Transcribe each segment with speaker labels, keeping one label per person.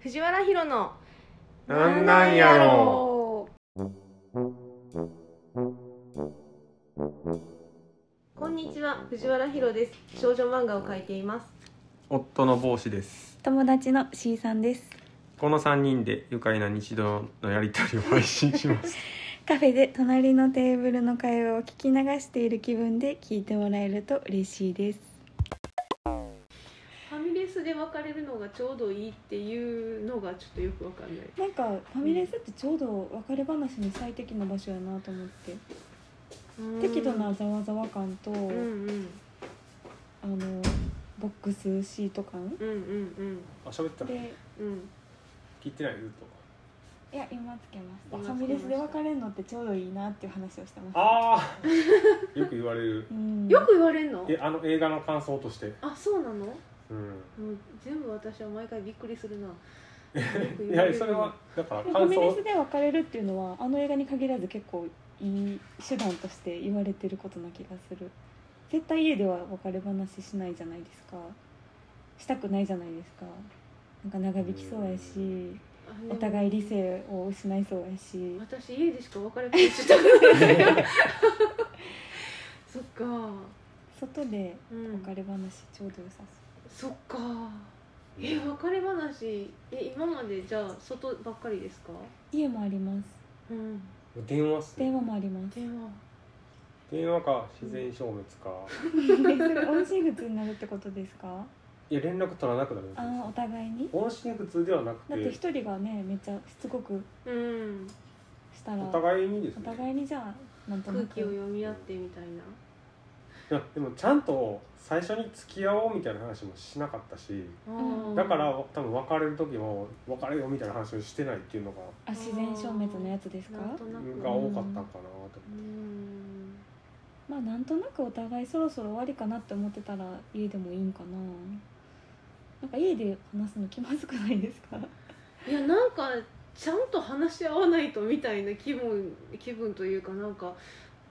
Speaker 1: 藤原ヒロの
Speaker 2: なんなんやろ
Speaker 1: こんにちは藤原ヒロです少女漫画を描いています
Speaker 2: 夫の帽子です
Speaker 3: 友達の C さんです
Speaker 2: この三人で愉快な日常のやりとりを配信します
Speaker 3: カフェで隣のテーブルの会話を聞き流している気分で聞いてもらえると嬉しいです
Speaker 1: ファミレスで別れるのがちょうどいいっていうのがちょっとよくわかんない
Speaker 3: なんかファミレスってちょうど別れ話に最適な場所やなと思って適度なざわざわ感と、
Speaker 1: うんうん
Speaker 3: あのボックスシート感
Speaker 1: うんうん
Speaker 2: あ、喋ってた
Speaker 3: で
Speaker 1: うんうん
Speaker 2: 聞いてないずっ
Speaker 3: いや今つけました
Speaker 1: あ
Speaker 3: ファミレスで別れるのってちょうどいいなっていう話をしてました
Speaker 2: ああ よく言われる
Speaker 3: うん
Speaker 1: よく言われんの
Speaker 2: え、あの映画の感想として
Speaker 1: あそうなのも
Speaker 2: うん
Speaker 1: う全部私は毎回びっくりするなよく 言
Speaker 2: い
Speaker 1: われ
Speaker 2: や、
Speaker 1: る
Speaker 2: それはだから
Speaker 3: フ
Speaker 2: 感
Speaker 3: ァミレ
Speaker 2: 想
Speaker 3: スで別れるっていうのはあの映画に限らず結構いい手段として言われてることな気がする絶対家では別れ話しないじゃないですかしたくないじゃないですかなんか長引きそうやし
Speaker 1: あでも
Speaker 3: お互い理性を失いそうやし
Speaker 1: 私家でしか別れ話したくないそっか
Speaker 3: 外で
Speaker 1: うん
Speaker 3: 別れ話ちょうど良さ
Speaker 1: そっかえ別れ話え今までじゃあ外ばっかりですか
Speaker 3: そう家もあります
Speaker 1: うん
Speaker 2: 電話っすね
Speaker 3: 電話もあります
Speaker 1: 電話
Speaker 2: 電話か自然消滅か
Speaker 3: えそれ音信不通になるってことですか
Speaker 2: いや、連絡取らなくなる
Speaker 3: ああお互いに
Speaker 2: 音信不通ではな
Speaker 3: だ
Speaker 2: く
Speaker 3: って
Speaker 2: て
Speaker 3: 一人がねめっちゃしつこく
Speaker 1: うん
Speaker 3: したら
Speaker 2: お互いにです
Speaker 3: お
Speaker 2: ね
Speaker 3: 互いにじゃあなんとな
Speaker 1: 空
Speaker 3: く
Speaker 1: 気を読み合ってみたいない
Speaker 2: やでもちゃんと最初に付き合おうみたいな話もしなかったし
Speaker 1: あー
Speaker 2: だから多分別れる時も別れようみたいな話をしてないっていうのが
Speaker 3: あ自然消滅のやつですか
Speaker 1: なんとなく
Speaker 2: が多かったんかなと
Speaker 1: うん
Speaker 3: まあなんとなくお互いそろそろ終わりかなって思ってたら家でもいいんかななんか家で話すの気まずくないですか
Speaker 1: いやなんかちゃんと話し合わないとみたいな気分気分というかなんか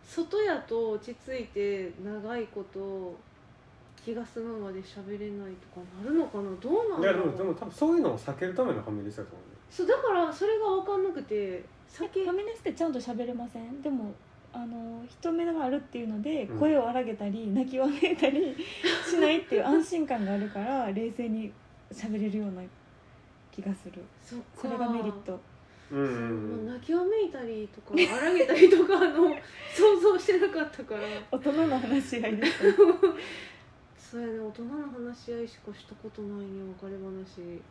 Speaker 1: 外やと落ち着いて長いこと気が済むまで喋れないとかなるのかなどうなん
Speaker 2: い
Speaker 1: だ
Speaker 2: や
Speaker 1: ろ
Speaker 2: で
Speaker 1: う
Speaker 2: もでも多分そういうのを避けるためのファミレスだと思うね
Speaker 1: そうだからそれが分かんなくて
Speaker 3: え
Speaker 1: 先
Speaker 3: ファミレスってちゃんと喋れませんでもあの人目があるっていうので
Speaker 2: うん
Speaker 3: 声を荒げたり泣きわめいたり しないっていう安心感があるから冷静に喋れるような気がする
Speaker 1: そっか
Speaker 3: それがメリット
Speaker 1: そ
Speaker 2: うん
Speaker 1: う
Speaker 2: うん
Speaker 1: もう
Speaker 2: うん
Speaker 1: 泣きわめいたりとか荒げたりとかあの想像してなかったから
Speaker 3: 大人の話し合 いですね
Speaker 1: そうやね大人の話し合いしかしたことないね別れ話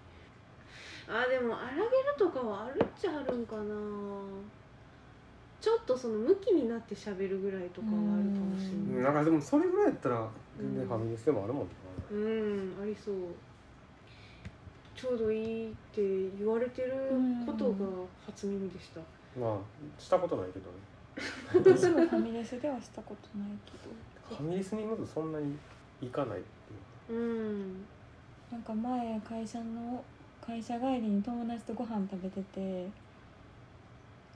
Speaker 1: あでも荒げるとかはあるっちゃあるんかなちょっとその向きになってしゃべるぐらいとかはあるかもしれ
Speaker 2: うん
Speaker 1: ない
Speaker 2: なんかでもそれぐらいやったら全然ファミレスでもあるもんな、
Speaker 1: うんありそうちょうどいいって言われてることが初耳でした
Speaker 2: まあしたことないけどね
Speaker 3: 私もファミレスではしたことないけど
Speaker 2: ファミレスにまずそんなに行かないっていう
Speaker 1: うん
Speaker 3: なんか前会社の会社帰りに友達とご飯食べてて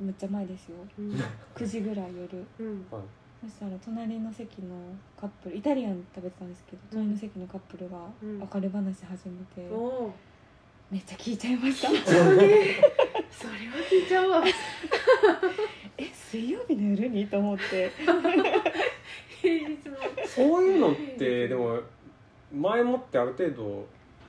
Speaker 3: めっちゃ前ですよ
Speaker 1: うん
Speaker 3: 9時ぐらい夜
Speaker 1: うん
Speaker 2: はい
Speaker 3: そしたら隣の席のカップルイタリアン食べてたんですけど隣の席のカップルが
Speaker 1: うん
Speaker 3: 別れ話始めて、
Speaker 1: おお
Speaker 3: めっちゃ聞いちゃいま した
Speaker 1: それは聞いちゃうわ
Speaker 3: え水曜日の夜にと思って
Speaker 1: 平日の
Speaker 2: そういうのってでも前もってある程度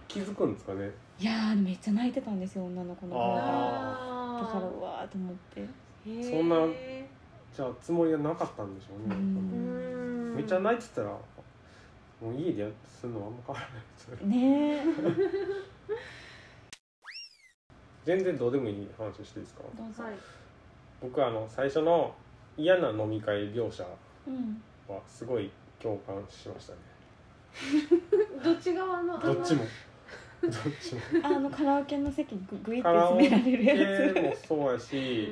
Speaker 2: 気づくんですかね
Speaker 3: いやーめっちゃ泣いてたんですよ女の子の方がだ
Speaker 1: あ
Speaker 3: からうわーと思って
Speaker 1: ー
Speaker 2: そんな
Speaker 1: へ
Speaker 2: じゃあつもりがなかったんでしょうね、
Speaker 3: うん
Speaker 1: ーうーん
Speaker 2: めっちゃ泣いてたらもう家でやするのはあんま変わらないですよね
Speaker 3: ねえ
Speaker 2: 全然どうでもいい話をしていいですか
Speaker 3: どうぞ、
Speaker 1: はい
Speaker 2: 僕あの最初の嫌な飲み会描写
Speaker 3: うん
Speaker 2: はすごい共感しましたね
Speaker 1: どっち側の
Speaker 2: どっち
Speaker 1: も
Speaker 2: もどっちも
Speaker 3: あのカラオケの席ぐ ぐいって詰められるやつ
Speaker 2: 家もそうやし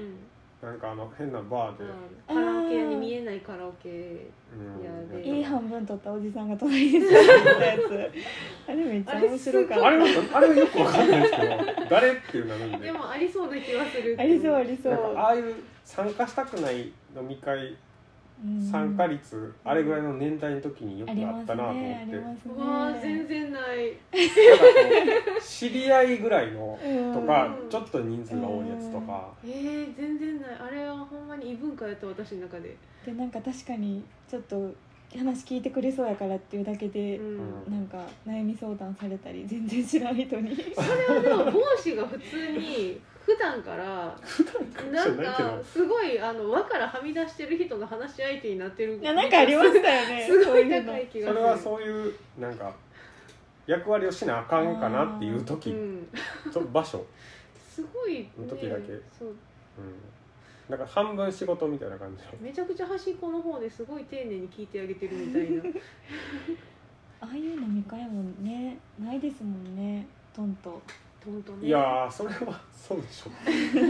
Speaker 2: なんかあの変なバーで、
Speaker 1: カラオケ屋に見えないカラオケ
Speaker 2: うん
Speaker 1: やべえ
Speaker 3: いい半分取ったおじさんが隣に座ってたやつあれめっちゃ面白かった
Speaker 2: あれはあれはよくわかんないですけど誰っていうのがいいんで
Speaker 1: でもありそうな気はする
Speaker 3: ありそうありそ
Speaker 2: なん
Speaker 3: う
Speaker 2: かああいう参加したくない飲み会
Speaker 3: うん
Speaker 2: 参加率あれぐらいの年代の時によくあ
Speaker 3: あり
Speaker 2: っ
Speaker 3: ます
Speaker 2: たなと思って、
Speaker 3: ねありますね
Speaker 1: うわー全然ない
Speaker 2: なんかこう知り合いぐらいの
Speaker 3: うん
Speaker 2: とか
Speaker 1: うん
Speaker 2: ちょっと人数が多いやつとか
Speaker 1: えー、全然ないあれはほんまに異文化やった私の中で
Speaker 3: でなんか確かにちょっと話聞いてくれそうやからっていうだけ
Speaker 1: う
Speaker 3: で、
Speaker 1: ん
Speaker 2: う
Speaker 3: なんか悩み相談されたり全然知らん 人に
Speaker 1: それはでも帽子が普通に普段から
Speaker 2: ら
Speaker 1: なん
Speaker 2: じゃないけ
Speaker 1: か
Speaker 2: ど
Speaker 1: すごいあの輪からはみ出してる人が話し相手になってる
Speaker 3: いやなんかありましたよね
Speaker 1: す
Speaker 3: そ
Speaker 1: ご
Speaker 3: う
Speaker 1: いう
Speaker 3: の
Speaker 1: 高い気
Speaker 2: そ
Speaker 1: がする
Speaker 2: れはそういうなんか役割をしなあかんかなっていう時
Speaker 1: うん、
Speaker 2: と場所、
Speaker 1: すごい、ね、
Speaker 2: その時だけ
Speaker 1: そう
Speaker 2: うん、なんか半分仕事みたいな感じ
Speaker 1: めちゃくちゃ端っこの方ですごい丁寧に聞いてあげてるみたいな
Speaker 3: ああいう飲み会もねないですもんねトンと
Speaker 1: トントンね
Speaker 2: いやーそれはそうでしょ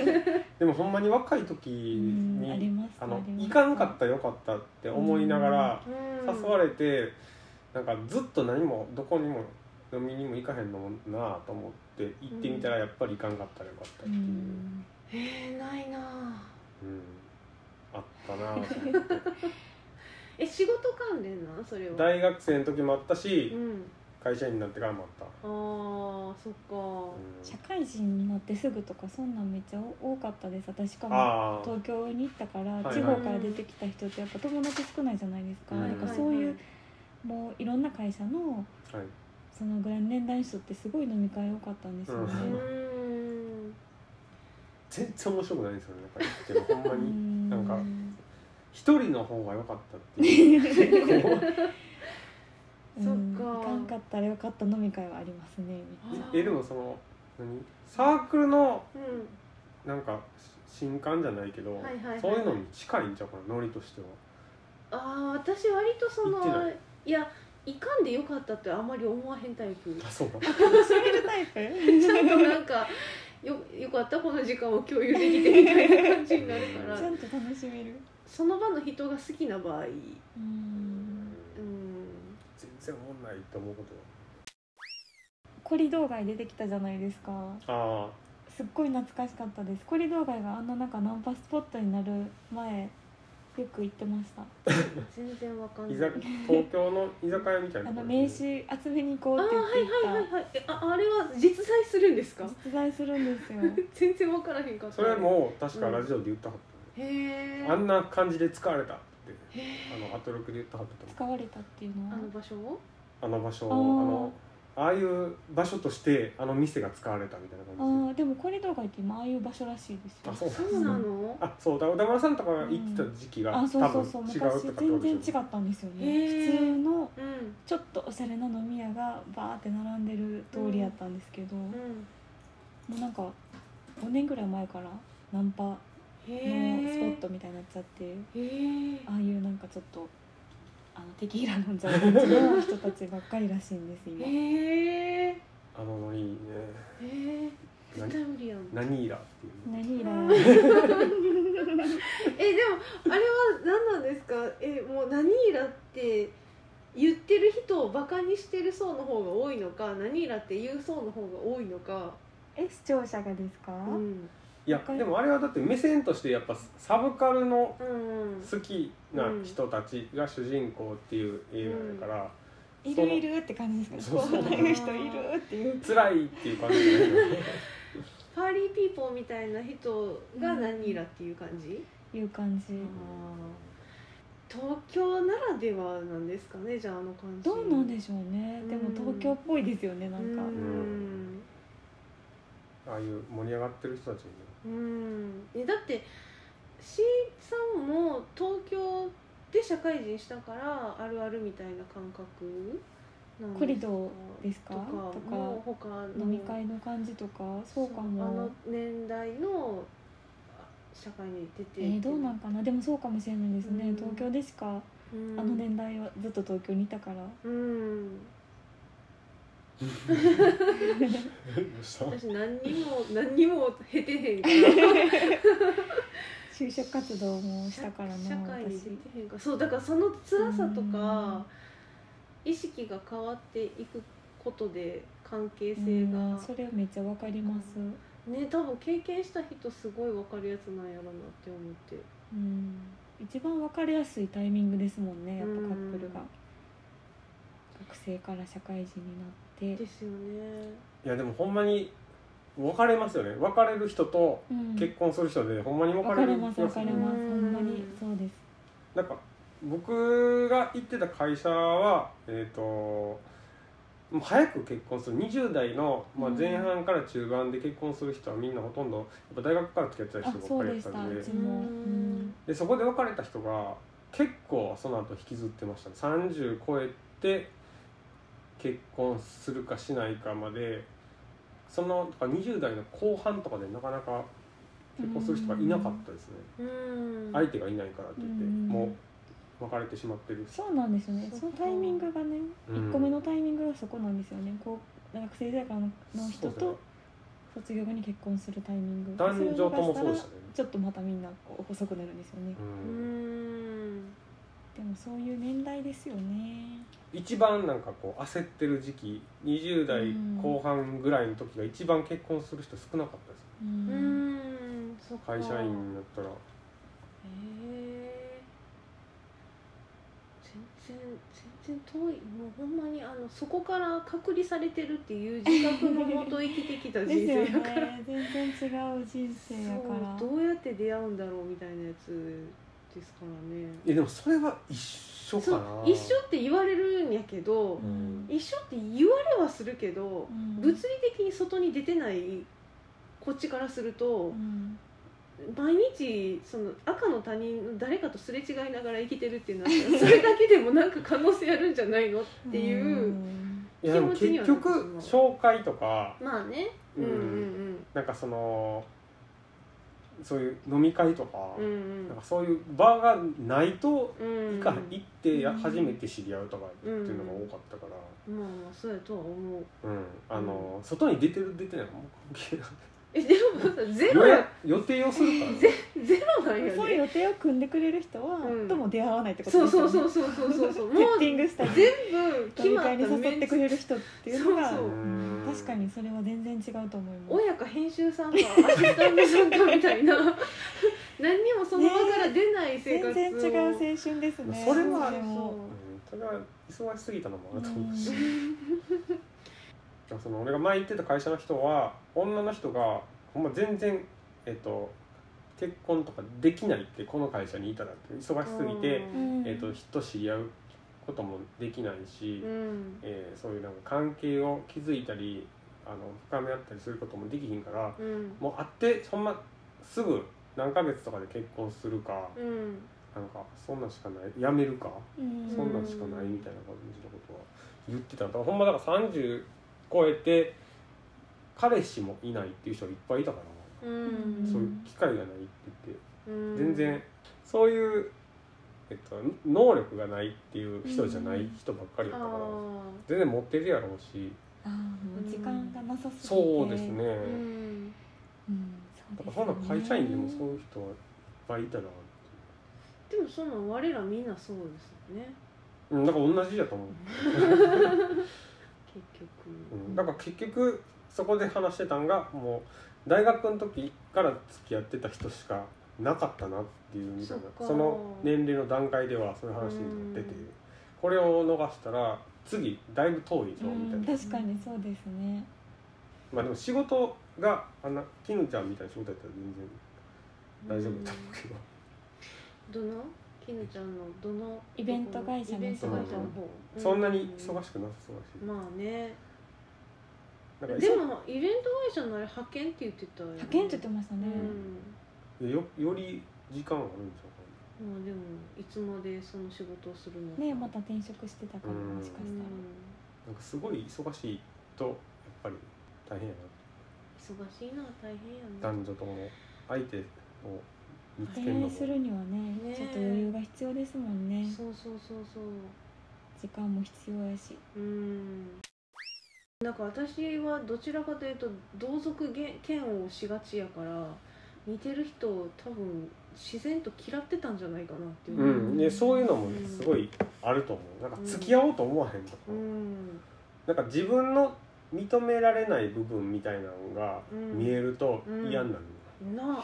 Speaker 2: でもほんまに若い時
Speaker 3: うんあり
Speaker 2: に
Speaker 3: ました
Speaker 2: あ
Speaker 3: あ
Speaker 2: の
Speaker 3: りまし
Speaker 2: 行
Speaker 3: た
Speaker 2: かんかったらよかったって思いながら
Speaker 1: うん
Speaker 2: 誘われてなんかずっと何もどこにも飲みにも行かへんのもなあと思って行ってみたらやっぱり行かんかったらよかったって
Speaker 3: う
Speaker 2: いう、
Speaker 3: ん
Speaker 1: えー、ないなあ
Speaker 2: うんあったなあと思って
Speaker 1: え仕事関連なんそれは
Speaker 2: 大学生の時もあったし
Speaker 1: うん
Speaker 2: 会社員になってからもあっ
Speaker 1: あーそっか
Speaker 2: た、うん
Speaker 3: 社会人になってすぐとかそんなんめっちゃ多かったです私しかも
Speaker 2: ああ
Speaker 3: 東京に行ったから、
Speaker 2: いはい
Speaker 3: 地方から出てきた人ってやっぱ友達少ないじゃないですか、
Speaker 2: うん
Speaker 3: なんかそういう、もういろんな会社の
Speaker 2: はい
Speaker 3: そのぐらいの年代の人ってすごい飲み会多かったんですよね
Speaker 1: う、ん
Speaker 2: 全然面白くないんですよねなんか言ってもほんま
Speaker 3: う
Speaker 2: に
Speaker 3: ん
Speaker 2: なんか一人の方が良かったって いうこう
Speaker 3: うん
Speaker 1: そっか
Speaker 3: 行かんかったらよかった飲み会はありますねめっちゃ
Speaker 1: あ
Speaker 2: えでもその何サークルの
Speaker 1: う
Speaker 2: なんか新刊じゃないけど、
Speaker 1: はいはいはい
Speaker 2: そういうのに近いんちゃうかなノリとしては
Speaker 1: んああ私割とそ
Speaker 2: 行って
Speaker 1: の
Speaker 2: ない
Speaker 1: やいかんでよかったってあんまり思わへんタイプ
Speaker 2: あそうか
Speaker 3: 楽しめるタイプ
Speaker 1: ちゃんとなんかよよかったこの時間を共有できてみたいな感じになるか
Speaker 3: ちゃ
Speaker 1: ら
Speaker 3: んと楽しめる
Speaker 1: その場の人が好きな場合
Speaker 3: う
Speaker 2: う
Speaker 1: う
Speaker 2: ん
Speaker 3: ん
Speaker 1: ん
Speaker 2: 全然思んないと思うこ
Speaker 3: コリドー街出てきたじゃないですか
Speaker 2: とはあ
Speaker 3: すっごい懐かしかったですコリドー街があんななんかナンパスポットになる前よく行ってました
Speaker 1: 全然わか
Speaker 2: あ
Speaker 1: ん
Speaker 2: 居
Speaker 1: な
Speaker 2: 酒
Speaker 1: い
Speaker 2: 東京の居酒屋みたいな
Speaker 3: あ
Speaker 2: とこ
Speaker 3: の
Speaker 2: ろ
Speaker 3: 名刺集めに行こ
Speaker 1: あ
Speaker 3: う
Speaker 1: ー
Speaker 3: っ
Speaker 1: は
Speaker 3: て
Speaker 1: い
Speaker 3: 言って
Speaker 1: はいはい
Speaker 3: 行っ
Speaker 1: はいえああれは実在するんです
Speaker 3: た
Speaker 1: か
Speaker 3: 実在するんで すよ
Speaker 1: 全然わからへんかった
Speaker 2: それも確かラジオで言ったはった
Speaker 1: へえ
Speaker 2: ね、あんな感じで使われたって
Speaker 1: へえ
Speaker 2: あのアトロクで言ったはったと思
Speaker 3: 使われたっていうの
Speaker 1: あ
Speaker 3: は
Speaker 1: の場所を
Speaker 2: うあの場所を
Speaker 3: あ
Speaker 2: あ
Speaker 3: ー
Speaker 2: のああいう場所としてあの店が使われたみたいな
Speaker 3: あ
Speaker 2: 感じで
Speaker 3: ーでもコリドー街って今ああいう場所らしいですよ
Speaker 2: あそう
Speaker 1: そうなの
Speaker 2: あそうだ小田村さんとかが行ってた時期が、
Speaker 3: あそう
Speaker 2: 多
Speaker 3: そ
Speaker 2: 分
Speaker 3: うそう
Speaker 2: 違う
Speaker 3: 昔
Speaker 2: とかってこと
Speaker 3: 全然違っ
Speaker 2: でしょ
Speaker 3: たんですよ
Speaker 1: へ
Speaker 3: ね
Speaker 1: ー
Speaker 3: 普通の
Speaker 1: うん
Speaker 3: ちょっとおしゃれな飲み屋がバーって並んでる通りやったんですけど、
Speaker 1: う
Speaker 3: も
Speaker 1: ん
Speaker 3: うなんか5年ぐらい前からナンパの
Speaker 1: へ
Speaker 3: スポ
Speaker 1: え
Speaker 3: ットみたいになっちゃって
Speaker 1: へえ
Speaker 3: ああいうなんかちょっとあのテキーラ飲んじゃう感じの人たちばっかりらしいんです今
Speaker 1: へえ
Speaker 2: あのノリね
Speaker 1: へえ絶対無理やん
Speaker 2: 何イラっていう
Speaker 3: 何ら
Speaker 1: えでもあれは何なんですかえもう「何イラ」って言ってる人をバカにしてる層の方が多いのか「何イラ」って言う層の方が多いのか、
Speaker 3: え視聴者がですか、
Speaker 1: うん、
Speaker 2: いや
Speaker 3: わかる
Speaker 2: でもあれはだって目線としてやっぱサブカルの
Speaker 1: うん
Speaker 2: 好きな人たちが主人公っていう映画だから、
Speaker 3: いるいるって感じですか
Speaker 2: その
Speaker 3: こういう人いるっていう
Speaker 2: 辛いっていう感じだよね
Speaker 1: パーリーピーポーみたいな人が「何イラ」っていう感じ、
Speaker 3: いう感じ
Speaker 1: 東京ならではなんですかねじゃああの感じ
Speaker 3: どうなん
Speaker 1: し
Speaker 3: でしょうねで
Speaker 1: う
Speaker 3: も
Speaker 1: ん
Speaker 3: 東京っぽいですよねなんか
Speaker 1: うん
Speaker 2: ああいう盛り上がってる人たちに
Speaker 1: うんえだって C さんも東京で社会人したからあるあるみたいな感覚なんですか
Speaker 3: コリドーですか
Speaker 1: とか
Speaker 3: とか
Speaker 1: もう他の
Speaker 3: 飲み会の感じとかそうか
Speaker 1: あ
Speaker 3: も
Speaker 1: の年代の社会に出て、
Speaker 3: えーどうなんんかなでもそうかもしれないですね、
Speaker 1: うん
Speaker 3: 東京でしか
Speaker 1: うん、
Speaker 3: あの年代はずっと東京にいたから、
Speaker 1: うん
Speaker 2: どうした
Speaker 1: 私何にも何にも経てへん から
Speaker 3: 就職活動もしたからな
Speaker 1: 社会に出
Speaker 3: 私
Speaker 1: てへんからそうだからその辛さとか意識が変わっていくことで関係性が、
Speaker 3: うんそれはめっちゃわかります、
Speaker 1: ね多分経験した人すごい分かるやつなんやろなって思って
Speaker 3: うん、一番分かりやすいタイミングですもんねやっぱカップルが
Speaker 1: うん
Speaker 3: 学生から社会人になって
Speaker 1: ですよね
Speaker 2: いやでもほんまに分かれますよね別れる人と
Speaker 3: うん
Speaker 2: 結婚する人でほんまに分
Speaker 3: 分
Speaker 2: か
Speaker 3: か
Speaker 2: れ
Speaker 3: れ
Speaker 2: る
Speaker 3: ます分かれます
Speaker 1: うん
Speaker 3: ほんまにそうです
Speaker 2: なんか僕が行ってた会社はえっ、ともう早く結婚する20代の、まあ、
Speaker 3: うん
Speaker 2: 前半から中盤で結婚する人はみんなほとんどやっぱ大学から付き合ってた
Speaker 3: あ
Speaker 2: 人
Speaker 3: そ
Speaker 2: ば
Speaker 3: う
Speaker 2: っかり
Speaker 3: で
Speaker 2: だ
Speaker 3: した
Speaker 2: ったん
Speaker 3: う
Speaker 2: で
Speaker 3: ちもうん
Speaker 2: でそこで別れた人が結構その後引きずってましたね30超えて結婚するかしないかまでその20代の後半とかでなかなか結婚する人がいなかったですね、
Speaker 1: うん
Speaker 2: 相手がいないからって言って、
Speaker 3: うん
Speaker 2: もう別れてしまってるし
Speaker 3: そうなんですよね
Speaker 1: そっか
Speaker 3: そのタイミングがね
Speaker 2: うん
Speaker 3: 1個目のタイミングがそこなんですよねこう学生時代からのの人
Speaker 2: そう
Speaker 3: と卒業後に結婚するタイミング
Speaker 2: だね男女ともそうでし
Speaker 3: れを逃したた
Speaker 2: ね
Speaker 3: らちょっとまたみんなこう細くなるんですよね
Speaker 2: う
Speaker 1: うんん
Speaker 3: でもそういう年代ですよね
Speaker 2: 一番なんかこう焦ってる時期20代後半ぐらいの時が一番結婚する人少なかったです
Speaker 3: う
Speaker 1: うんんそっか
Speaker 2: 会社員だったら
Speaker 1: へえ全然全然遠いもうほんまにあのそこから隔離されてるっていう自覚のもと生きてきた
Speaker 3: で
Speaker 1: 人
Speaker 3: すよ
Speaker 1: 生やから、
Speaker 3: ね全然違う人生やから
Speaker 1: そうどうやって出会うんだろうみたいなやつですからね
Speaker 2: えでもそれは一緒か
Speaker 1: そ
Speaker 2: な
Speaker 1: う一緒って言われるんやけど、
Speaker 2: うん
Speaker 1: 一緒って言われはするけど、
Speaker 3: うん
Speaker 1: 物理的に外に出てないこっちからすると
Speaker 3: う、ん
Speaker 1: 毎日その赤の他人の誰かとすれ違いながら生きてるっていうのはそれだけでもなんか可能性あるんじゃないのっていう、
Speaker 3: ん
Speaker 2: いやでも
Speaker 1: 気持ちに
Speaker 2: 結
Speaker 1: はなる
Speaker 2: 局紹介とか
Speaker 1: まあねう
Speaker 2: うんん
Speaker 1: うん
Speaker 2: なんかそのそういう飲み会とか,、
Speaker 1: うんうん
Speaker 2: なんかそういう場がないと
Speaker 1: うんうん
Speaker 2: 行か、行ってや
Speaker 3: うん
Speaker 2: 初めて知り合うとかっていうのが多かったから、
Speaker 1: まあまあそうやとは思う
Speaker 2: うんあの、外に出てる出てないもう関係ない
Speaker 1: えでもさゼロ
Speaker 2: 予
Speaker 1: や
Speaker 2: 約予定をする から、ね、
Speaker 1: ゼロなんや
Speaker 3: そうい
Speaker 1: ね
Speaker 3: う予定を組んでくれる人は、
Speaker 1: うん
Speaker 3: とも出会わないってこと
Speaker 1: そう
Speaker 3: ですよ
Speaker 1: そう
Speaker 3: ね
Speaker 1: そうそうそうそうそう
Speaker 3: セ
Speaker 1: もう
Speaker 3: ッティングしたり
Speaker 1: 全部決
Speaker 3: 飲み
Speaker 1: まっ
Speaker 3: 会に
Speaker 1: た
Speaker 3: 誘ってくれる人っていうのが
Speaker 1: そうそう
Speaker 3: うん確かにそれは全然違うと思います
Speaker 1: 親か編集さんかアシスタントさんかみたいな何にもその場から出ない生活を
Speaker 3: 全然違う青春ですね
Speaker 2: それは
Speaker 3: で
Speaker 2: う
Speaker 3: も
Speaker 2: んそれは忙しすぎたのもあると思うし、
Speaker 3: う
Speaker 2: その俺が前行ってた会社の人は女の人がほんま全然、えっと、結婚とかできないってこの会社にいたらって忙しすぎて、
Speaker 1: うん
Speaker 3: ん
Speaker 2: えっと、人と知り合うこともできないし、
Speaker 1: うん
Speaker 2: えーそういうなんか関係を築いたりあの深め合ったりすることもできひんから
Speaker 1: うん
Speaker 2: もう会ってほんますぐ何ヶ月とかで結婚するか、
Speaker 1: うん
Speaker 2: なんかそんなんしかない辞めるか。
Speaker 3: うん
Speaker 2: そんなんしかないみたいな感じのことは言ってただからほんまだから30超えて彼氏もいないっていう人がいっぱいいたから、
Speaker 1: うん
Speaker 2: そういう機会がないって言って
Speaker 1: うん
Speaker 2: 全然そういう、えっと、能力がないっていう人じゃない人ばっかり
Speaker 1: あ
Speaker 2: だから、
Speaker 1: あ
Speaker 2: 全然持ってるやろうし
Speaker 3: ああもう時間がなさすぎて
Speaker 2: そうですね、
Speaker 1: うん
Speaker 3: うん
Speaker 2: だから
Speaker 3: そ
Speaker 2: そ
Speaker 3: うん
Speaker 2: な
Speaker 3: ですね
Speaker 2: 会社員でもそういう人はいっぱいいたなって
Speaker 1: でもその我らみんなそうですよね
Speaker 2: いううんだから同じやと思う、
Speaker 1: 結局
Speaker 2: うん、だから結局そこで話してたんがもう大学の時から付き合ってた人しかなかったなっていうみたいな
Speaker 1: そっか
Speaker 2: その年齢の段階ではそういう話になってて
Speaker 1: うん
Speaker 2: これを逃したら次だいぶ遠いぞ
Speaker 3: う
Speaker 2: みたい
Speaker 3: ん
Speaker 2: な、
Speaker 3: 確かにそうですね
Speaker 2: まあでも仕事があんな絹ちゃんみたいな仕事やったら全然大丈夫だと思うけど、
Speaker 1: どのきぬちゃんのどの
Speaker 3: イベント会社の
Speaker 1: イベント会社の方、う
Speaker 2: そんなに忙しくなさそうだし、
Speaker 1: まあね
Speaker 2: なんか
Speaker 1: でもイベント会社のあれ派遣って言ってたよね
Speaker 3: 派遣って言ってましたね、
Speaker 2: よより時間があるんじゃ
Speaker 1: うんまあでもいつまでその仕事をするのか
Speaker 3: ねまた転職してたからもしか
Speaker 1: う
Speaker 3: した
Speaker 1: ん
Speaker 2: うか
Speaker 3: ら
Speaker 2: ななんかすごい忙しいとやっぱり大変やな
Speaker 1: 忙しいのは大変やね
Speaker 2: 男女とも相手を見つけるの
Speaker 3: 恋
Speaker 2: も
Speaker 3: 愛するにはね
Speaker 1: ね
Speaker 3: ちょっと余裕が必要ですもんね
Speaker 1: そうそうそうそう
Speaker 3: 時間も必要 やし
Speaker 1: うんなんか私はどちらかというと同族げ嫌悪しがちやから似てる人を多分自然と嫌ってたんじゃないかなっていうう、
Speaker 2: んでそういうのもすごいあると思うなんか付き合おうと思わへんとか、
Speaker 1: うん
Speaker 2: なんか自分の認められない部分みたいなのが見えると嫌になる、
Speaker 1: な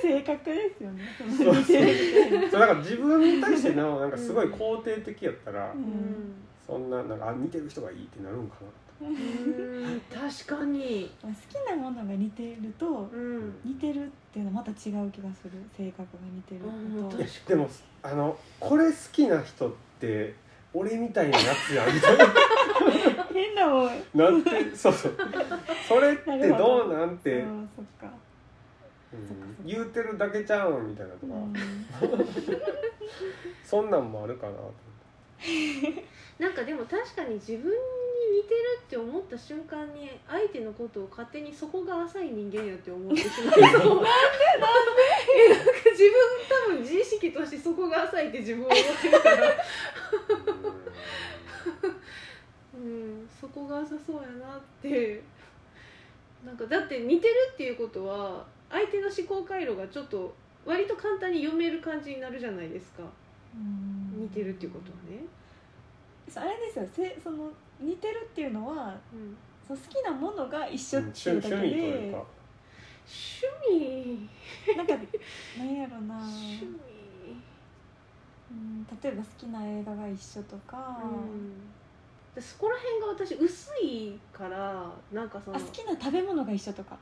Speaker 3: 性格ですよねそ の似てるみたいな
Speaker 2: そうなんか自分に対してのなんかすごい肯定的やったら、
Speaker 3: う、
Speaker 1: うんん、
Speaker 2: そんななんかあ似てる人がいいってなるんかな
Speaker 1: うん、確かに
Speaker 3: まあ好きなものが似てると
Speaker 1: うん
Speaker 3: 似てるっていうのはまた違う気がする性格が似てる
Speaker 1: うん
Speaker 3: こと
Speaker 2: いや
Speaker 1: 確かに
Speaker 2: でもあのこれ好きな人って俺みたいなやつやみたいな
Speaker 3: 変なもん
Speaker 2: なんてそうそうそれってどうなんて、
Speaker 3: うんそっか
Speaker 2: うん言うてるだけちゃうんみたいなと
Speaker 3: う
Speaker 2: か、
Speaker 3: ん
Speaker 2: そんなんもあるかなと思って
Speaker 1: なんかでも確かに自分に似てるって思った瞬間に相手のことを勝手にそこが浅い人間やって思ってしまいそうなんでなんでえなんか自分多分自意識としてそこが浅いって自分は思ってるからうんそこが浅そうやなってなんかだって似てるっていうことは相手の思考回路がちょっと割と簡単に読める感じになるじゃないですか似てるっていうことはね、
Speaker 3: そうあれですよせその似てるっていうのは
Speaker 1: うん、
Speaker 3: その好きなものが一
Speaker 2: う
Speaker 3: 緒っ
Speaker 2: ん趣
Speaker 3: てい
Speaker 2: 趣
Speaker 3: うだ
Speaker 2: 味
Speaker 3: け
Speaker 2: という
Speaker 3: で
Speaker 2: か、
Speaker 1: 趣味
Speaker 3: なんかなんやろな
Speaker 1: 趣味
Speaker 3: うん例えば好きな映画が一緒とか、
Speaker 1: でそこら辺が私薄いからなんかその
Speaker 3: あ好きな食べ物が一緒とか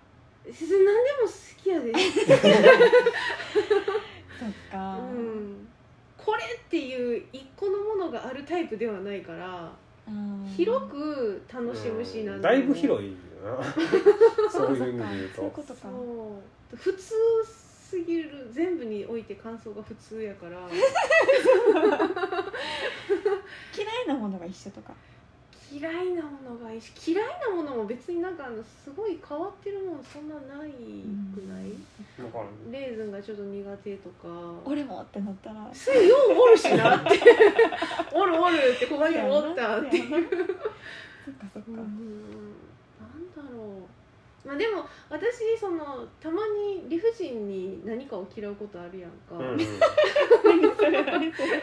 Speaker 1: 先生何でも好きやで、
Speaker 3: そっ
Speaker 1: う
Speaker 3: か、
Speaker 1: ん、これっていう一個のものがあるタイプではないから
Speaker 3: うん
Speaker 1: 広く楽しむし
Speaker 2: うん
Speaker 1: なんでも
Speaker 2: だいぶ広いよなそういう意味で言う
Speaker 3: そういう
Speaker 2: と
Speaker 3: ことか
Speaker 1: そう普通すぎる全部において感想が普通や から
Speaker 3: 嫌いなものが一緒とか
Speaker 1: 嫌いなものがいいし嫌いなものも別になんかあのすごい変わってるもんそんなないくない、
Speaker 2: だから
Speaker 1: レーズンがちょっと苦手とか
Speaker 3: 俺もってなったら
Speaker 1: すぐようおるしなっておるおるってここにもおったっていう
Speaker 3: そやなそっかそっか、
Speaker 1: うんなんだろうまあでも私そのたまに理不尽に何かを嫌うことあるやんか、
Speaker 2: うんうん
Speaker 3: 何それ何それ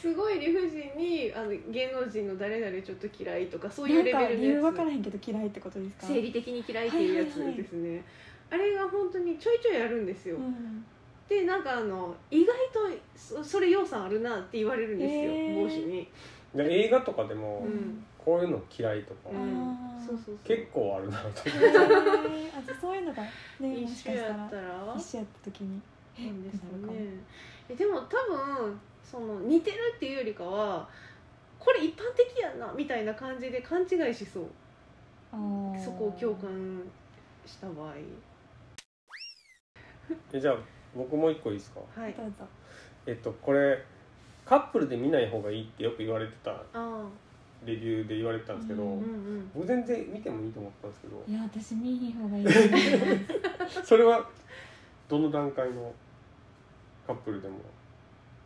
Speaker 1: すごい理不尽にあの芸能人の誰々ちょっと嫌いとかそういう
Speaker 3: なん
Speaker 1: レ
Speaker 3: か
Speaker 1: ベル
Speaker 3: 理由
Speaker 1: のや
Speaker 3: 分
Speaker 1: つ
Speaker 3: からへんけど嫌いってことですか
Speaker 1: 生理的に嫌いっていうやつですね、あれが本当にちょいちょいあるんですよ、
Speaker 3: うん
Speaker 1: でなんかあの意外とそそれ要素あるなって言われるんですよ、
Speaker 3: へー
Speaker 1: 帽子に、
Speaker 2: で映画とかでも、
Speaker 1: うん
Speaker 2: こういうの嫌いとか、
Speaker 1: う
Speaker 3: あ
Speaker 1: ん
Speaker 3: ー
Speaker 1: そうそうそう
Speaker 2: 結構あるなと
Speaker 3: へ
Speaker 2: 思って
Speaker 3: ーあじゃあそういうのがねも
Speaker 1: 一
Speaker 3: しか
Speaker 1: 緒
Speaker 3: した
Speaker 1: やった
Speaker 3: ら
Speaker 1: ら
Speaker 3: 一緒やった時に
Speaker 1: なんですよ
Speaker 3: なるかも
Speaker 1: ねえでも多分その似てるっていうよりかはこれ一般的やなみたいな感じで勘違いしそう
Speaker 3: あー
Speaker 1: そこを共感した場合
Speaker 2: えじゃあ僕もう一個いいですか
Speaker 1: はい
Speaker 3: どうぞ
Speaker 2: えっとこれカップルで見ない方がいいってよく言われてた
Speaker 1: あ
Speaker 2: レビューで言われてたんですけど、
Speaker 3: う
Speaker 1: あうん
Speaker 3: ん
Speaker 1: うん
Speaker 2: 僕全然見てもいいと思ったんですけど
Speaker 3: いや私見ひん方がいいと思います
Speaker 2: それはどの段階のカップルでも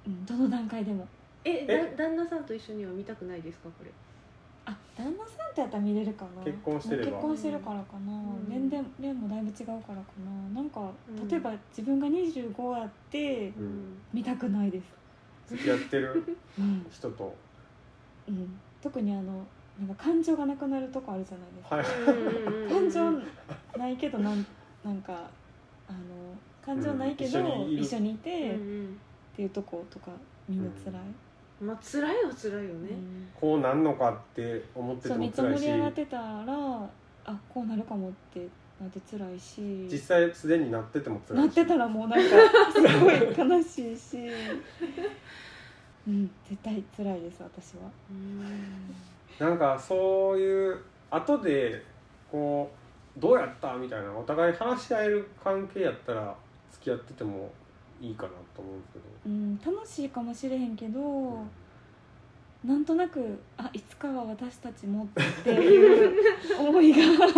Speaker 3: うんどの段階でも
Speaker 1: え
Speaker 2: え
Speaker 1: だ旦那さんと一緒には見たくないですかこれ
Speaker 3: あ旦那さんとやったら見れるかな
Speaker 2: 結婚してれば
Speaker 3: もう結婚してるからかな、
Speaker 1: ん
Speaker 3: 年齢年もだいぶ違うからかななんか、
Speaker 1: うん
Speaker 3: 例えば自分が25やって
Speaker 2: うん
Speaker 3: 見たくないです、
Speaker 2: 付き合ってる
Speaker 3: うん
Speaker 2: 人 と
Speaker 3: うん、特にあのなんか感情がなくなるとこあるじゃないですか、
Speaker 2: はい
Speaker 3: 感
Speaker 1: う
Speaker 3: 情
Speaker 1: ん
Speaker 3: ないけどなんなんかあの感情ないけど、
Speaker 2: うん一緒にいる
Speaker 3: 一緒にいて、
Speaker 1: う
Speaker 3: っ
Speaker 1: ん
Speaker 3: ていうとことかみんな辛い、
Speaker 1: まあ辛いは辛いよ
Speaker 3: う
Speaker 1: ね
Speaker 3: ん
Speaker 2: こうなんのかって思って
Speaker 3: そ
Speaker 2: て
Speaker 3: うめっ
Speaker 2: も
Speaker 3: ちゃ
Speaker 2: 辛
Speaker 3: 盛
Speaker 2: いし
Speaker 3: り上がってたらあこうなるかもってなって辛いし
Speaker 2: 実際すでになってても辛いし
Speaker 3: なってたらも うなんかすごい悲しいし、うん、絶対辛いです私は。
Speaker 1: うん
Speaker 2: なんかそういう後でこうどうやったみたいなお互い話し合える関係やったら付き合っててもいいかなと思うんですけど
Speaker 3: うん、楽しいかもしれへんけど、なんとなくあいつかは私たちもっていう思いが
Speaker 2: そっ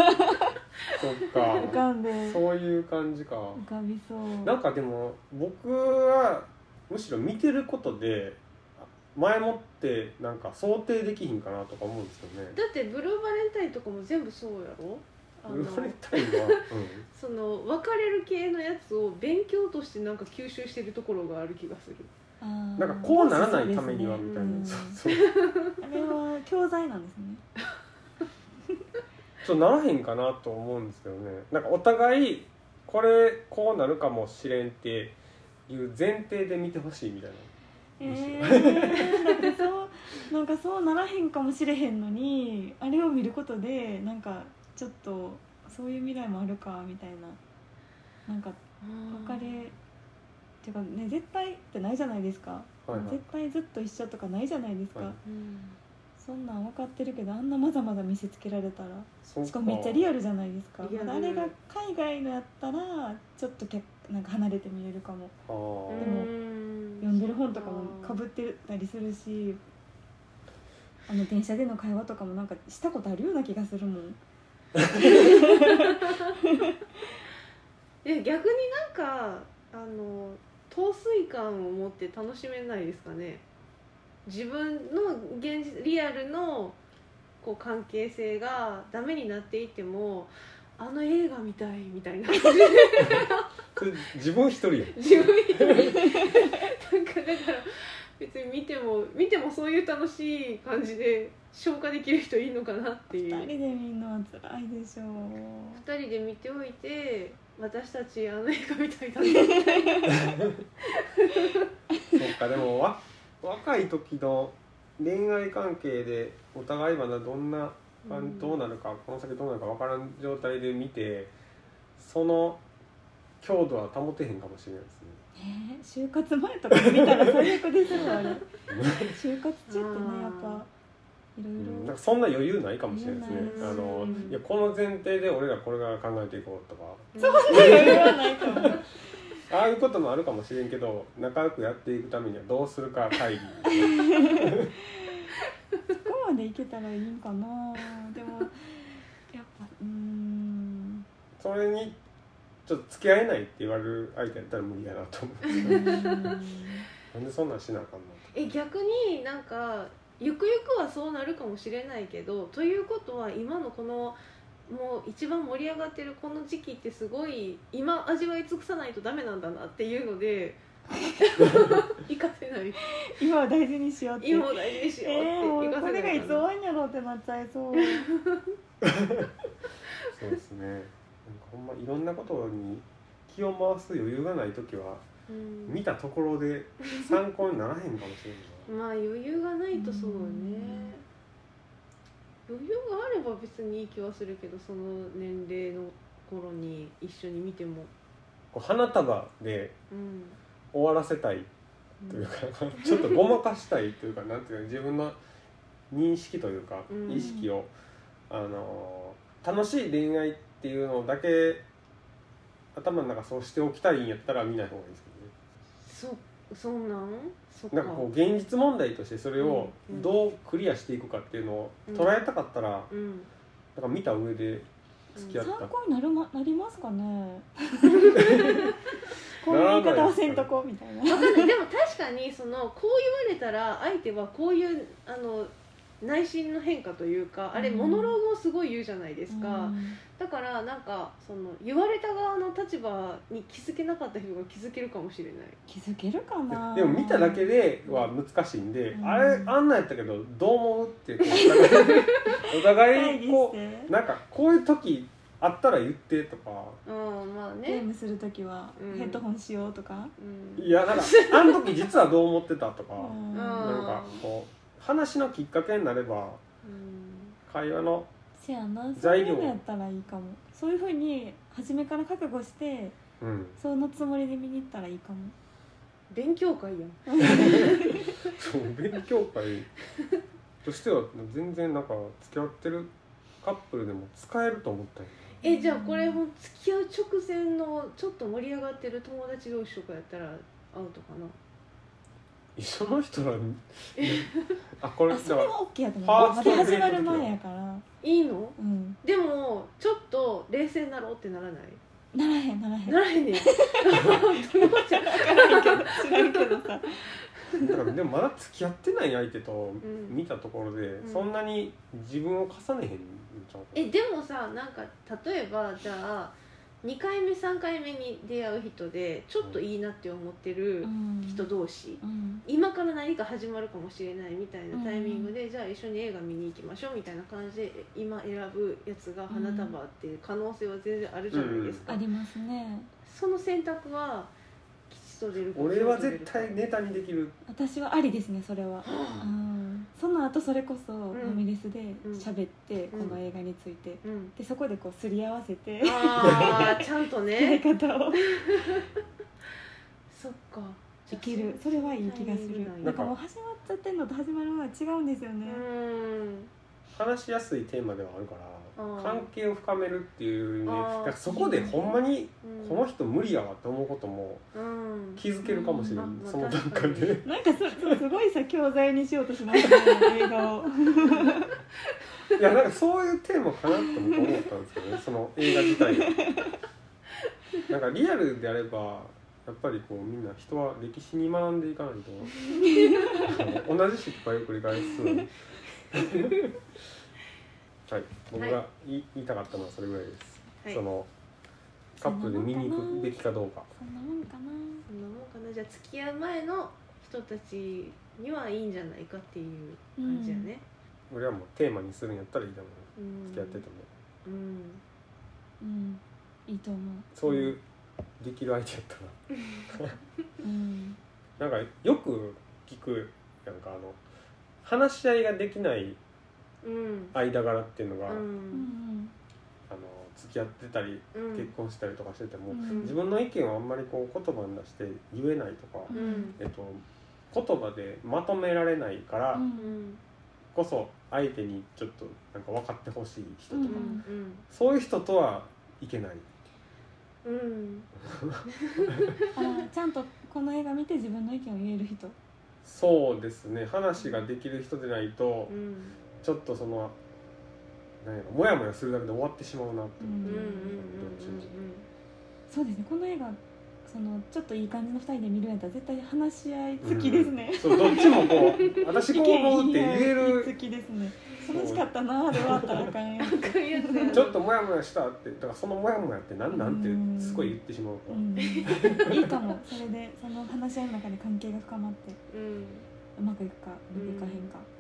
Speaker 3: 浮
Speaker 2: か
Speaker 3: かんで浮
Speaker 2: そういう感じか
Speaker 3: かびそう。
Speaker 2: なんかでも僕はむしろ見てることで前もってなんか想定できひんかなとか思うんですよね
Speaker 1: だってブルーバレンタインとかも全部そうやろあ
Speaker 2: 言
Speaker 1: の
Speaker 2: われたいは、う
Speaker 1: その別れる系のやつを勉強としてなんか吸収してるところがある気がする
Speaker 3: あー
Speaker 2: ん、なんかこうならないためには
Speaker 3: そう
Speaker 2: み
Speaker 3: で
Speaker 2: たい
Speaker 3: すね
Speaker 2: なそうそう
Speaker 3: うんあれは教材なんですね。
Speaker 2: とならへんかなと思うんですけどねなんかお互いこれこうなるかもしれんっていう前提で見てほしいみたいな
Speaker 3: えー、だってそうなんかそうならへんかもしれへんのにあれを見ることでなんかちょっとそういう未来もあるかみたいななんか別れっていうかね絶対ってないじゃないですか、
Speaker 2: はいはい
Speaker 3: 絶対ずっと一緒とかないじゃないですか、
Speaker 2: はい
Speaker 1: うん
Speaker 3: そんなん分かってるけどあんなまだまだ見せつけられたら
Speaker 2: そ
Speaker 3: しかもめっちゃリ
Speaker 2: ア
Speaker 3: アルじゃないですか
Speaker 1: リアル
Speaker 3: あれが海外のやったらちょっとけなんか離れて見れるかも
Speaker 2: あー
Speaker 3: でも
Speaker 1: うん
Speaker 3: 読んでる本とかもかぶってたりするしあの電車での会話とかもなんかしたことあるような気がするもん
Speaker 1: いや逆になんかあの陶酔感を持って楽しめないですかね自分の現実リアルのこう関係性がダメになっていってもあの映画みたいみたいな
Speaker 2: それ自分一人やん
Speaker 1: 自分一人なんかだから別に見ても見てもそういう楽しい感じで消化できる人いいのかなっていう
Speaker 3: 2人で見るのは辛いでしょう
Speaker 1: 二人で見ておいて私たちあの映画みたいだね
Speaker 2: そっかでもわ若い時の恋愛関係でお互いまだどんなあんどうなるかこの先どうなるか分からん状態で見てその強度は保てへんかもしれないですね
Speaker 3: ねえ就活前とか見たら最悪ですよあ れ就活中ってねやっぱいろい
Speaker 2: うんなん
Speaker 3: ろ
Speaker 2: かそんな余裕ないかもしれないですね
Speaker 3: 余裕
Speaker 2: あ
Speaker 3: ない
Speaker 2: の
Speaker 1: うん
Speaker 2: いやこの前提で俺らこれから考えていこうとか
Speaker 1: そう
Speaker 3: 余裕はないと思う
Speaker 2: ああいうこともあるかもしれんけど仲良くやっていくためにはどうするか会議
Speaker 3: どこまでいけたらいいんかなでもやっぱうー ん
Speaker 2: それにちょっと付き合えないって言われる相手やったら無理やなと思う
Speaker 3: うーん
Speaker 2: なんでそんなんしなあかんの
Speaker 1: え逆になんかゆくゆくはそうなるかもしれないけどということは今のこのもう一番盛り上がってるこの時期ってすごい今味わい尽くさないとダメなんだなっていうので行かせない
Speaker 3: 今は大事にしようって
Speaker 1: 今を大事にしようっ
Speaker 3: え
Speaker 1: て
Speaker 3: ー、も
Speaker 1: 行
Speaker 3: う
Speaker 1: か
Speaker 3: こ
Speaker 1: せな
Speaker 3: れ
Speaker 1: い
Speaker 3: がい
Speaker 1: か
Speaker 3: つ終
Speaker 1: な
Speaker 3: わんやろうってなっちゃいそう
Speaker 2: そうですね。なんかほんまいろんなことに気を回す余裕がない時は
Speaker 1: うん
Speaker 2: 見たところで参考にならへんかもしれんな
Speaker 1: まあ余裕がないとそうね余裕があれば別にいい気はするけどその年齢の頃に一緒に見ても
Speaker 2: こう花束で
Speaker 1: うん
Speaker 2: 終わらせたいというか、ちょっとごまかしたいというかなんていうか自分の認識というか、
Speaker 1: うん
Speaker 2: 意識をあの楽しい恋愛っていうのだけ頭の中そうしておきたいんやったら見ない方がいいですけどね。
Speaker 1: そそんなんそっか
Speaker 2: なんかこう現実問題としてそれを
Speaker 1: うんうん
Speaker 2: どうクリアしていくかっていうのを捉えたかったら、
Speaker 1: うん
Speaker 2: なんか見た上で付き合
Speaker 3: 参
Speaker 2: った
Speaker 3: 考になる、ま、なります かねこういう言い方はせんとこみたいな
Speaker 1: わかんないでも確かにそのこう言われたら相手はこういうあの内心の変化というかあれ
Speaker 3: うん
Speaker 1: モノローグをすごい言うじゃないですか、
Speaker 3: うん
Speaker 1: だからなんかその言われた側の立場に気づけなかった人が気づけるかもしれない
Speaker 3: 気づけるかな
Speaker 2: でも見ただけでは難しいんで、
Speaker 3: うん
Speaker 2: あれあんなんやったけどどう思うってこ うお互
Speaker 3: 会
Speaker 2: いお互い
Speaker 3: 議し
Speaker 2: こ
Speaker 3: て
Speaker 2: うなんかこういう時あったら言ってとか
Speaker 1: うんまあ
Speaker 3: ゲー
Speaker 1: ね、
Speaker 3: ムする時は
Speaker 1: うん
Speaker 3: ヘッドホンしようとか、
Speaker 1: うん、
Speaker 2: いや なんかあの時実はどう思ってたとか、
Speaker 3: うん
Speaker 2: なんかこう話のきっかけになれば
Speaker 1: うん
Speaker 2: 会話の
Speaker 3: せやなそう
Speaker 2: 材
Speaker 3: い
Speaker 2: 料
Speaker 3: うのやったらいいかもそういうふうに初めから覚悟して
Speaker 2: うん
Speaker 3: そのつもりで見に行ったらいいかも
Speaker 1: 勉強会やん
Speaker 2: そう勉強会としては全然なんか付き合ってるカップルでも使えると思ったん よ
Speaker 1: えじゃあこれほん付き合う直前のちょっと盛り上がってる友達同士とかやったらアウトかな
Speaker 2: その人らにあこれ
Speaker 3: あ
Speaker 2: だ
Speaker 3: それは OK やと思う
Speaker 2: ファー
Speaker 3: ま
Speaker 2: スト
Speaker 3: だ
Speaker 2: デート
Speaker 3: 始まる前やから
Speaker 1: いいの
Speaker 3: うん
Speaker 1: でもちょっと冷静になろうって ならない
Speaker 3: ならへんならへん
Speaker 1: ならへんねん どう思っちゃう
Speaker 3: 知らんけどさ
Speaker 2: だからでもまだ付き合ってない相手と
Speaker 1: ん
Speaker 2: 見たところで、
Speaker 1: ん
Speaker 2: そんなに自分を重ねへんんちゃうかな
Speaker 1: えでもさなんか例えばじゃあ2回目3回目に出会う人でちょっといいなって思ってる人同士、
Speaker 3: うん
Speaker 1: 今から何か始まるかもしれないみたいなタイミングで、じゃあ一緒に映画見に行きましょうみたいな感じで今選ぶやつが花束っていう可能性は全然あるじゃないですか、
Speaker 3: ありますね
Speaker 1: その選択は吉と出るか
Speaker 2: 俺は絶対ネタにできる
Speaker 3: 私はありですねそれは、うん、その後それこそフ
Speaker 1: ん
Speaker 3: ァミレスで
Speaker 1: うん
Speaker 3: 喋ってこ
Speaker 1: うん
Speaker 3: の映画について、
Speaker 1: うん
Speaker 3: でそこでこうすり合わせて
Speaker 1: ああちゃんと
Speaker 3: やり
Speaker 1: ね
Speaker 3: 方を
Speaker 1: そっか
Speaker 3: いけ るそれはいい気がする
Speaker 1: なん
Speaker 2: や
Speaker 3: なんかもう始まっちゃってんのと始まるのは違うんですよ
Speaker 1: う
Speaker 3: ね、
Speaker 1: ん
Speaker 2: 話しやすいテーマではあるか
Speaker 1: うん
Speaker 2: ら関係を深めるっていうね
Speaker 1: あー
Speaker 2: だからそこでほんまに
Speaker 1: うん
Speaker 2: この人無理やわと思うことも
Speaker 1: うん
Speaker 2: 気づけるかもしれない、
Speaker 1: うん
Speaker 2: その段階でね
Speaker 3: なんかそそうすごいさ教材にしようとしますね映画 を
Speaker 2: いやなんかそういうテーマかなって僕思ったんですけどねその映画自体がなんかリアルであればやっぱりこうみんな人は歴史に学んでいかないとあの同じ失敗を繰り返すはい僕が言い言いたかったのはそれぐらいです、
Speaker 1: はい
Speaker 2: そのカップルで見に行くべきかどうか
Speaker 3: そんなもんかな
Speaker 1: そんなもんかなじゃあ付き合う前の人たちにはいいんじゃないかっていう感じやね、
Speaker 2: 俺はもうテーマにするんやったらいいと思う
Speaker 1: うん、
Speaker 2: 付き合ってても
Speaker 1: うん
Speaker 3: うんいいと思う
Speaker 2: そういうできる相手やったら
Speaker 3: うん
Speaker 2: なんかよく聞くなんかあの話し合いができない
Speaker 1: うん
Speaker 2: 間柄っていうのが、
Speaker 3: う
Speaker 1: うん
Speaker 3: ん
Speaker 2: あの付き合ってたり
Speaker 1: うん
Speaker 2: 結婚したりとかしてても、
Speaker 3: うん
Speaker 2: 自分の意見をあんまりこう言葉に出して言えないとか、
Speaker 3: うん
Speaker 2: えっと、言葉でまとめられないから
Speaker 3: うん
Speaker 1: うん
Speaker 2: こそ相手にちょっとなんか分かってほしい人とか、
Speaker 3: うん
Speaker 1: うん
Speaker 2: そういう人とはいけない。
Speaker 1: うん
Speaker 3: あーちゃんとこの映画見て自分の意見を言える人
Speaker 2: そうですね話ができる人でないと、
Speaker 1: うん
Speaker 2: ちょっとそのなんやろモヤモヤするだけで終わってしまうなって
Speaker 3: う
Speaker 2: 思
Speaker 3: ん
Speaker 1: うんうんうんうん
Speaker 3: そうですねこの映画そのちょっといい感じの2人で見るんやったら絶対話し合い付きですね、
Speaker 2: そうどっちもこう私こう思うって言え
Speaker 3: 付
Speaker 2: る
Speaker 3: きですね楽しかったなーで終わったらあかんや
Speaker 1: うんこういうやつやな
Speaker 2: ちょっとモヤモヤしたってだからそのモヤモヤって何なん
Speaker 3: うん
Speaker 2: ってすごい言ってしまうか
Speaker 3: う
Speaker 2: ら、
Speaker 3: ん、いいかもそれでその話し合いの中で関係が深まって
Speaker 1: うん
Speaker 3: うまくいくかうまくいかへん
Speaker 1: う
Speaker 3: か、
Speaker 1: ん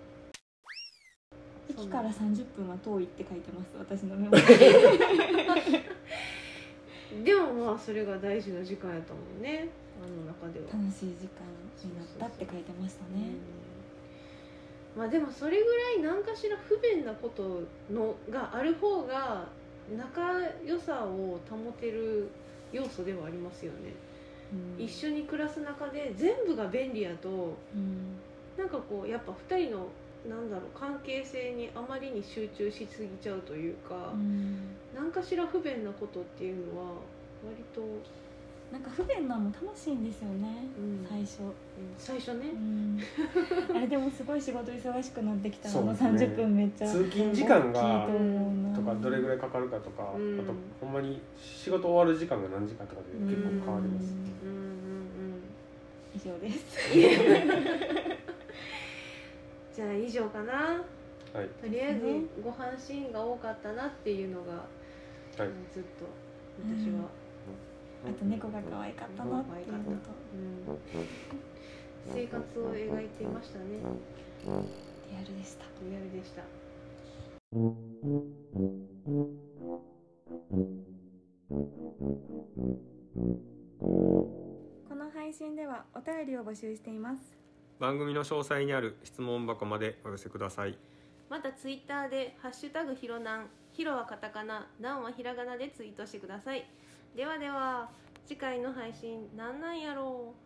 Speaker 3: 駅から30分は遠いって書いてます私のメモに
Speaker 1: でもまあそれが大事な時間やったもんねあの中では
Speaker 3: 楽しい時間になったって書いてましたね
Speaker 1: まあでもそれぐらい何かしら不便なことのがある方が仲良さを保てる要素ではありますよね、
Speaker 3: うん
Speaker 1: 一緒に暮らす中で全部が便利やと
Speaker 3: うん
Speaker 1: なんかこうやっぱ2人のなんだろう関係性にあまりに集中しすぎちゃうというか
Speaker 3: う、ん
Speaker 1: 何かしら不便なことっていうのは割と、
Speaker 3: なんか不便なのも楽しいんですよね、
Speaker 1: うん
Speaker 3: 最初、
Speaker 1: うん最初ね
Speaker 3: う、ん、 あれでもすごい仕事忙しくなってきたらあ
Speaker 2: そう
Speaker 3: の
Speaker 2: ですね
Speaker 3: 30分めっちゃ
Speaker 2: 通勤時間が
Speaker 3: 大きいと思うな
Speaker 2: とかどれぐらいかかるかとか、
Speaker 1: うん
Speaker 2: あとほんまに仕事終わる時間が何時間とかで結構変わります、
Speaker 3: うん
Speaker 1: うんうんうん
Speaker 3: 以上です
Speaker 1: じゃあ以上かな
Speaker 2: はい
Speaker 1: とりあえずご飯シーンが多かったなっていうのが、
Speaker 2: はい
Speaker 1: ずっと私は、
Speaker 3: あと猫が可愛かったなっていうのと
Speaker 1: うん生活を描いていましたね
Speaker 3: リアルでした
Speaker 1: リアルでした
Speaker 3: この配信ではお便りを募集しています
Speaker 2: 番組の詳細にある質問箱までお寄せください
Speaker 1: またツイッターで「ハッシュタグひろなん」「ひろはカタカナ」「なん」はひらがなでツイートしてくださいではでは次回の配信なんなんやろう